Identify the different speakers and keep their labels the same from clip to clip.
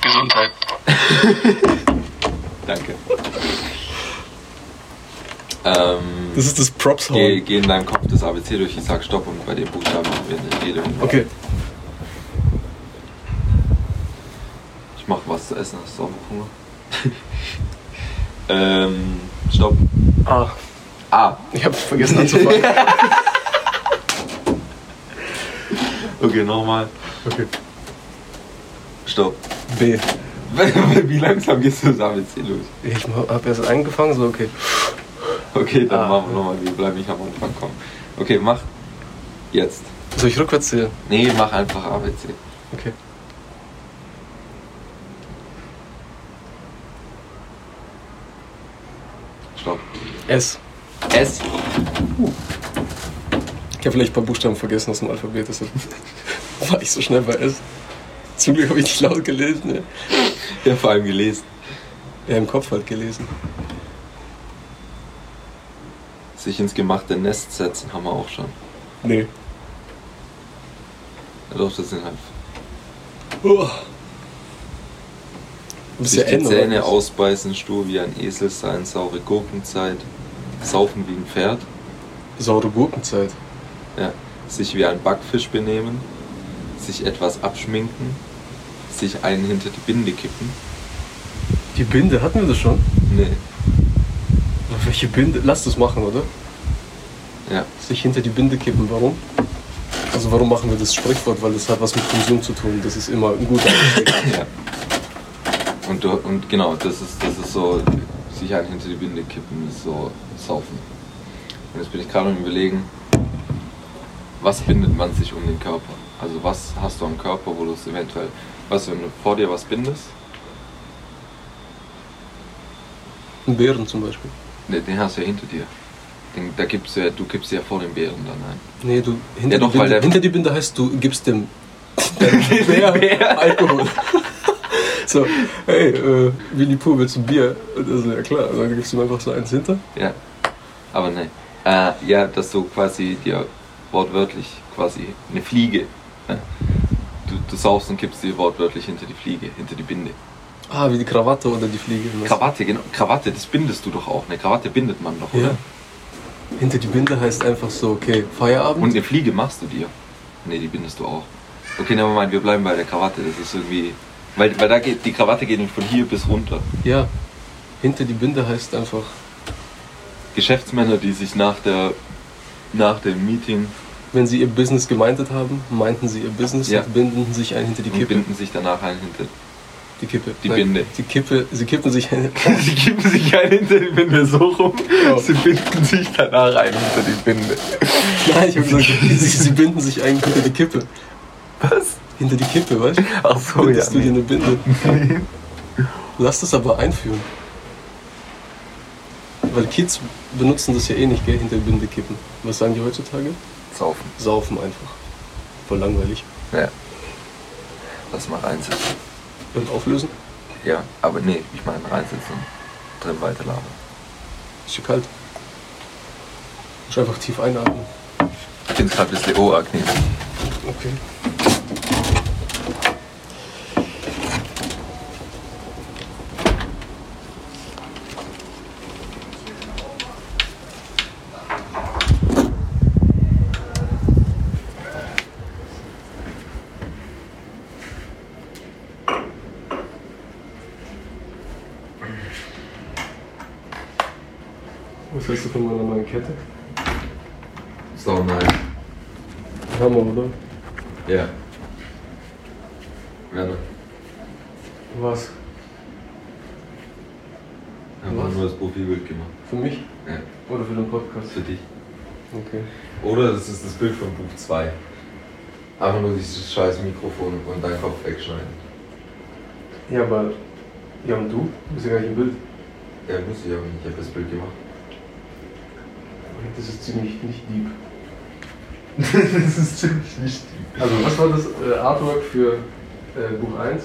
Speaker 1: Gesundheit.
Speaker 2: Danke. Ähm,
Speaker 3: Das ist das props
Speaker 2: geh,
Speaker 3: horn
Speaker 2: geh in deinem Kopf das ABC durch, ich sag Stopp und bei dem Buchstaben haben wir eine jede.
Speaker 3: Okay.
Speaker 2: Ich mach was zu essen, hast du auch noch Hunger? ähm, Stopp.
Speaker 3: Ah,
Speaker 2: Ah,
Speaker 3: ich habe vergessen anzufangen.
Speaker 2: okay, nochmal.
Speaker 3: Okay.
Speaker 2: Stopp.
Speaker 3: B.
Speaker 2: Wie langsam gehst du das ABC durch?
Speaker 3: Ich habe erst angefangen, so okay.
Speaker 2: Okay, dann
Speaker 3: Ah.
Speaker 2: machen wir nochmal, wir bleiben nicht am Anfang kommen. Okay, mach jetzt.
Speaker 3: Soll ich rückwärts zählen?
Speaker 2: Nee, mach einfach ABC.
Speaker 3: Okay.
Speaker 2: Stopp.
Speaker 3: S.
Speaker 2: S.
Speaker 3: Ich habe vielleicht ein paar Buchstaben vergessen aus dem Alphabet, deshalb war ich so schnell bei S. Zum Glück habe ich nicht laut gelesen. Ne?
Speaker 2: Ja, vor allem gelesen.
Speaker 3: Ja, im Kopf halt gelesen.
Speaker 2: Sich ins gemachte Nest setzen haben wir auch schon.
Speaker 3: Nee.
Speaker 2: Ja, Doch, das sind halt.
Speaker 3: Oh. Du bist ja
Speaker 2: Sich die
Speaker 3: N, oder
Speaker 2: Zähne
Speaker 3: was?
Speaker 2: ausbeißen, stur wie ein Esel sein, saure Gurkenzeit. Saufen wie ein Pferd.
Speaker 3: Saure Gurkenzeit.
Speaker 2: Ja. Sich wie ein Backfisch benehmen. Sich etwas abschminken. Sich einen hinter die Binde kippen.
Speaker 3: Die Binde, hatten wir das schon?
Speaker 2: Nee.
Speaker 3: Welche Binde? Lass das machen, oder?
Speaker 2: Ja.
Speaker 3: Sich hinter die Binde kippen, warum? Also warum machen wir das Sprichwort? Weil das hat was mit Konsum zu tun. Das ist immer ein guter Ausweg.
Speaker 2: ja. Und, du, und genau, das ist, das ist so, sich einen hinter die Binde kippen, ist so saufen. Und jetzt bin ich gerade am überlegen, was bindet man sich um den Körper? Also was hast du am Körper, wo du es eventuell, weißt du, wenn du vor dir was bindest,
Speaker 3: Ein Bären zum Beispiel.
Speaker 2: ne, den hast du ja hinter dir. Den, da gibst du ja, du gibst ja vor dem Bären dann ein.
Speaker 3: Nee, du, hinter,
Speaker 2: Ja, doch,
Speaker 3: die,
Speaker 2: weil
Speaker 3: Binde,
Speaker 2: der-
Speaker 3: hinter die Binde heißt, du gibst dem, dem Bär Alkohol. so, hey, äh, Willi Puh, willst du ein Bier? Und er so, ja klar, Und dann gibst du ihm einfach so eins hinter.
Speaker 2: Ja. Aber ne. Äh, ja, dass du quasi dir wortwörtlich quasi eine Fliege. Ne? Du, du saufst und kippst dir wortwörtlich hinter die Fliege, hinter die Binde.
Speaker 3: Ah, wie die Krawatte oder die Fliege. Was?
Speaker 2: Krawatte, genau. Krawatte, das bindest du doch auch. Eine Krawatte bindet man doch, oder?
Speaker 3: Ja. Hinter die Binde heißt einfach so, okay, Feierabend.
Speaker 2: Und eine Fliege machst du dir. Ne, die bindest du auch. Okay, nehmen wir mal, wir bleiben bei der Krawatte. Das ist irgendwie. Weil, weil da geht, die Krawatte geht von hier bis runter.
Speaker 3: ja, hinter die Binde heißt einfach,
Speaker 2: Geschäftsmänner, die sich nach der nach dem Meeting
Speaker 3: wenn sie ihr Business gemeintet haben, meinten sie ihr Business
Speaker 2: Ja.
Speaker 3: und binden sich ein hinter die
Speaker 2: und
Speaker 3: Kippe.
Speaker 2: binden sich danach ein hinter.
Speaker 3: Die Kippe.
Speaker 2: Die Binde.
Speaker 3: Die Kippe, sie kippen sich ein.
Speaker 2: Sie kippen sich ein hinter die Binde so rum.
Speaker 3: Ja.
Speaker 2: Sie binden sich danach ein hinter die Binde.
Speaker 3: Nein, ich hab gesagt, sie, sie binden sich ein hinter die Kippe.
Speaker 2: Was?
Speaker 3: Hinter die Kippe, weißt du?
Speaker 2: Ach so, ja.
Speaker 3: Bindest du dir eine Binde. Lass das aber einführen. Weil Kids benutzen das ja eh nicht, gell, hinter die Binde kippen. Was sagen die heutzutage?
Speaker 2: Saufen.
Speaker 3: Saufen einfach. Voll langweilig.
Speaker 2: Ja. Lass mal reinsitzen.
Speaker 3: Und auflösen?
Speaker 2: Ja, aber nee, ich meine reinsitzen. Drin weiterlaufen.
Speaker 3: Ist ja kalt. Muss einfach tief einatmen.
Speaker 2: Ich finde es gerade ein bisschen oakne.
Speaker 3: Okay. Was hältst du von meiner neuen Kette?
Speaker 2: So nice.
Speaker 3: Hammer, oder?
Speaker 2: Ja. Werner.
Speaker 3: Was?
Speaker 2: Haben wir
Speaker 3: Was?
Speaker 2: nur das Profilbild gemacht.
Speaker 3: Für mich
Speaker 2: Ja,
Speaker 3: oder für den Podcast?
Speaker 2: für dich.
Speaker 3: Okay.
Speaker 2: Oder das ist das Bild von Buch 2. Einfach nur dieses scheiß Mikrofon und deinen Kopf wegschneiden.
Speaker 3: Ja, aber. Ja, und du? Du bist ja gar nicht im Bild.
Speaker 2: Ja, muss ich aber nicht. Ich habe das Bild gemacht.
Speaker 3: Das ist ziemlich nicht deep.
Speaker 2: das ist ziemlich wichtig.
Speaker 3: Also, was war das äh, Artwork für äh, Buch 1?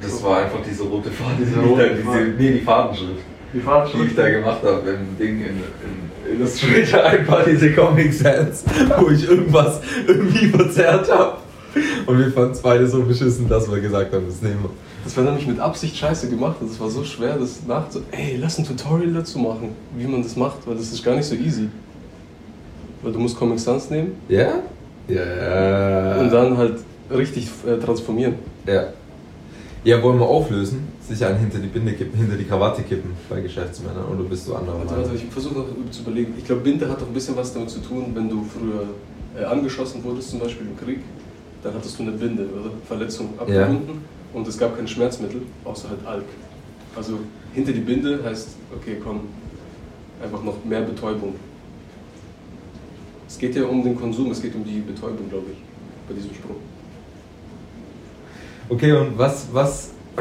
Speaker 2: Das war einfach diese rote Farbe.
Speaker 3: Diese
Speaker 2: Diese
Speaker 3: rote
Speaker 2: rote diese,
Speaker 3: Farbe.
Speaker 2: nee, die Fadenschrift. Die Fahrt, die ich da gemacht habe im Ding in, in Illustrator, einfach diese Comic Sans, wo ich irgendwas irgendwie verzerrt habe. Und wir fanden es beide so beschissen, dass wir gesagt haben, das nehmen wir.
Speaker 3: Das war nämlich mit Absicht scheiße gemacht. Das war so schwer, das nachzu. Ey, lass ein Tutorial dazu machen, wie man das macht, weil das ist gar nicht so easy. Weil du musst Comic Sans nehmen
Speaker 2: Ja? Ja.
Speaker 3: und dann halt richtig äh, transformieren.
Speaker 2: Ja. Ja, wollen wir auflösen? Sich an hinter die Binde kippen, hinter die Krawatte kippen bei Geschäftsmännern oder bist du anderer
Speaker 3: Warte, warte,
Speaker 2: Meinung?
Speaker 3: ich versuche noch zu überlegen. Ich glaube, Binde hat auch ein bisschen was damit zu tun, wenn du früher äh, angeschossen wurdest, zum Beispiel im Krieg, dann hattest du eine Binde, oder? Verletzung abgebunden und es gab kein Schmerzmittel, außer halt Alk. Also hinter die Binde heißt, okay, komm, einfach noch mehr Betäubung. Es geht ja um den Konsum, es geht um die Betäubung, glaube ich, bei diesem Spruch.
Speaker 2: Okay, und was, was,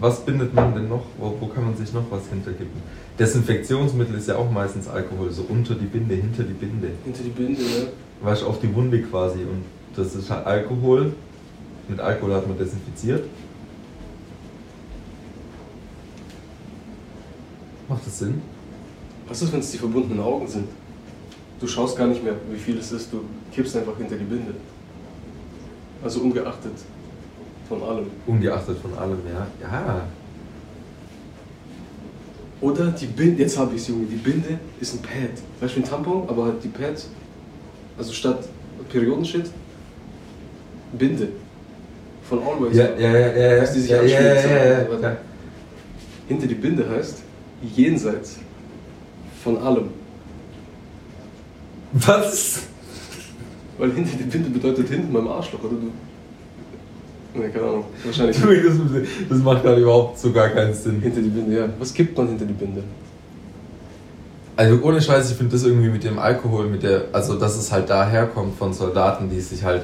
Speaker 2: was bindet man denn noch? Wo, wo kann man sich noch was hinterkippen? Desinfektionsmittel ist ja auch meistens Alkohol, so unter die Binde, hinter die Binde.
Speaker 3: Hinter die Binde, ne?
Speaker 2: Weißt du, auf die Wunde quasi. Und das ist halt Alkohol. Mit Alkohol hat man desinfiziert. Macht das Sinn?
Speaker 3: Was ist, wenn es die verbundenen Augen sind? Du schaust gar nicht mehr, wie viel es ist, du kippst einfach hinter die Binde. Also ungeachtet von allem.
Speaker 2: Ungeachtet von allem, ja. Ja.
Speaker 3: Oder die Binde, jetzt habe ich es, Junge, die Binde ist ein Pad. Weißt du, wie ein Tampon, aber halt die Pad, also statt Periodenshit, Binde. Von Always.
Speaker 2: Ja, ja, ja, ja, ja.
Speaker 3: Dass die sich
Speaker 2: ja, ja,
Speaker 3: anschmiegen,
Speaker 2: ja,
Speaker 3: so.
Speaker 2: ja, ja, ja.
Speaker 3: Warte. Hinter die Binde heißt jenseits von allem.
Speaker 2: Was?
Speaker 3: Weil hinter die Binde bedeutet hinten beim Arschloch, oder du? Ne, keine Ahnung. Wahrscheinlich.
Speaker 2: Entschuldigung, Das, das macht gerade überhaupt so gar keinen Sinn.
Speaker 3: Hinter die Binde, ja. Was gibt man hinter die Binde?
Speaker 2: Also ohne Scheiß, ich finde das irgendwie mit dem Alkohol, mit der, also dass es halt daherkommt von Soldaten, die sich halt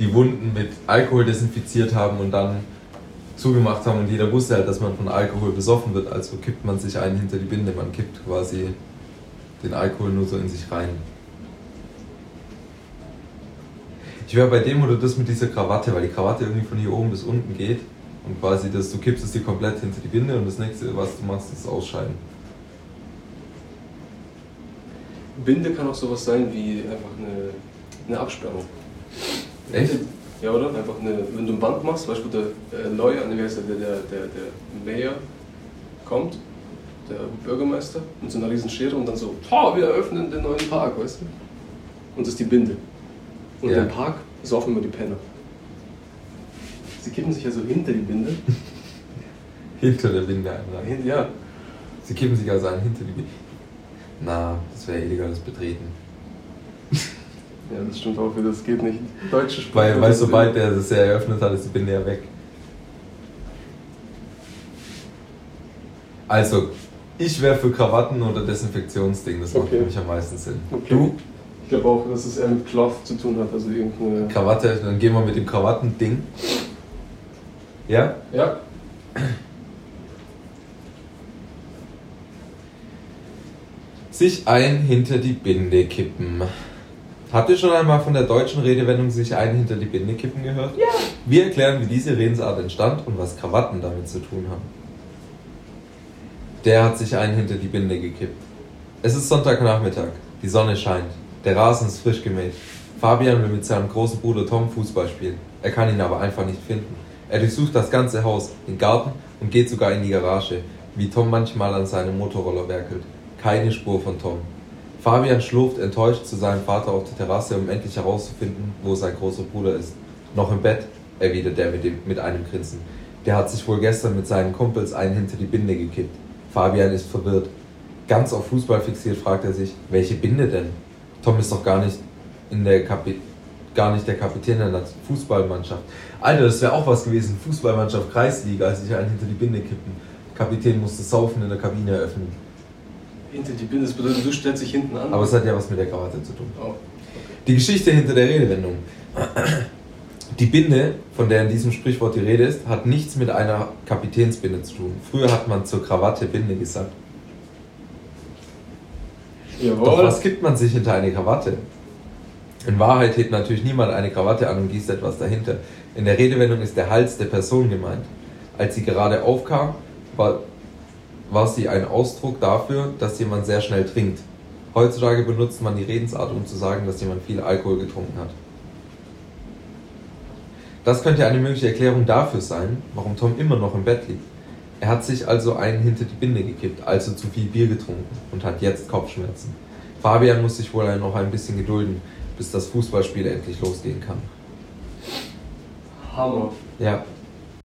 Speaker 2: die Wunden mit Alkohol desinfiziert haben und dann zugemacht haben und jeder wusste halt, dass man von Alkohol besoffen wird, also kippt man sich einen hinter die Binde, man kippt quasi den Alkohol nur so in sich rein. Ich wäre bei dem oder das mit dieser Krawatte, weil die Krawatte irgendwie von hier oben bis unten geht und quasi das, du kippst es dir komplett hinter die Binde und das nächste, was du machst, ist ausscheiden.
Speaker 3: Binde kann auch sowas sein wie einfach eine, eine Absperrung.
Speaker 2: Echt?
Speaker 3: Ja, oder? Einfach eine, wenn du ein Band machst, zum Beispiel der äh, Lawyer, ne, wie heißt der, der, der, der Mayor kommt, der Bürgermeister, mit so einer riesen Schere und dann so, "Ha, wir eröffnen den neuen Park, weißt du? Und das ist die Binde. Und
Speaker 2: Ja.
Speaker 3: im Park saufen immer die Penner. Sie kippen sich also hinter die Binde.
Speaker 2: Hinter der Binde einladen.
Speaker 3: Hin- ja,
Speaker 2: Sie kippen sich also einen hinter die Binde. Na, das wäre illegales Betreten.
Speaker 3: ja, das stimmt auch, das geht nicht. Deutsche Sprache.
Speaker 2: Weil, weil sobald der das ja eröffnet hat, ist die Binde ja weg. Also, ich wäre für Krawatten oder Desinfektionsding, das macht
Speaker 3: Okay.
Speaker 2: für mich am meisten Sinn.
Speaker 3: Okay. Ich glaube auch, dass es eher mit Cloth zu tun hat, also irgendeine.
Speaker 2: Krawatte, dann gehen wir mit dem Krawattending. Ja?
Speaker 3: Ja.
Speaker 2: Sich ein hinter die Binde kippen. Habt ihr schon einmal von der deutschen Redewendung sich ein hinter die Binde kippen gehört? Ja. Wir erklären, wie diese Redensart entstand und was Krawatten damit zu tun haben. Der hat sich einen hinter die Binde gekippt. Es ist Sonntagnachmittag, die Sonne scheint, der Rasen ist frisch gemäht. Fabian will mit seinem großen Bruder Tom Fußball spielen. Er kann ihn aber einfach nicht finden. Er durchsucht das ganze Haus, den Garten und geht sogar in die Garage, wie Tom manchmal an seinem Motorroller werkelt. Keine Spur von Tom. Fabian schlurft enttäuscht zu seinem Vater auf der Terrasse, um endlich herauszufinden, wo sein großer Bruder ist. Noch im Bett, erwidert er mit, dem, mit einem Grinsen. Der hat sich wohl gestern mit seinen Kumpels einen hinter die Binde gekippt. Fabian ist verwirrt. Ganz auf Fußball fixiert fragt er sich, welche Binde denn? Tom ist doch gar nicht in der Kapi gar nicht der Kapitän der Nation- Fußballmannschaft. Alter, das wäre auch was gewesen. Fußballmannschaft Kreisliga, als sich einen hinter die Binde kippen. Kapitän musste saufen in der Kabine eröffnen.
Speaker 3: Hinter die Binde, das bedeutet, du stellst dich hinten an.
Speaker 2: Aber es hat ja was mit der Krawatte zu tun.
Speaker 3: oh.
Speaker 2: Die Geschichte hinter der Redewendung. Die Binde, von der in diesem Sprichwort die Rede ist, hat nichts mit einer Kapitänsbinde zu tun. Früher hat man zur Krawatte Binde gesagt.
Speaker 3: Jawohl.
Speaker 2: Doch was gibt man sich hinter eine Krawatte? In Wahrheit hebt natürlich niemand eine Krawatte an und gießt etwas dahinter. In der Redewendung ist der Hals der Person gemeint. Als sie gerade aufkam, war, war sie ein Ausdruck dafür, dass jemand sehr schnell trinkt. Heutzutage benutzt man die Redensart, um zu sagen, dass jemand viel Alkohol getrunken hat. Das könnte eine mögliche Erklärung dafür sein, warum Tom immer noch im Bett liegt. Er hat sich also einen hinter die Binde gekippt, also zu viel Bier getrunken und hat jetzt Kopfschmerzen. Fabian muss sich wohl noch ein bisschen gedulden, bis das Fußballspiel endlich losgehen kann.
Speaker 3: Hammer.
Speaker 2: Ja,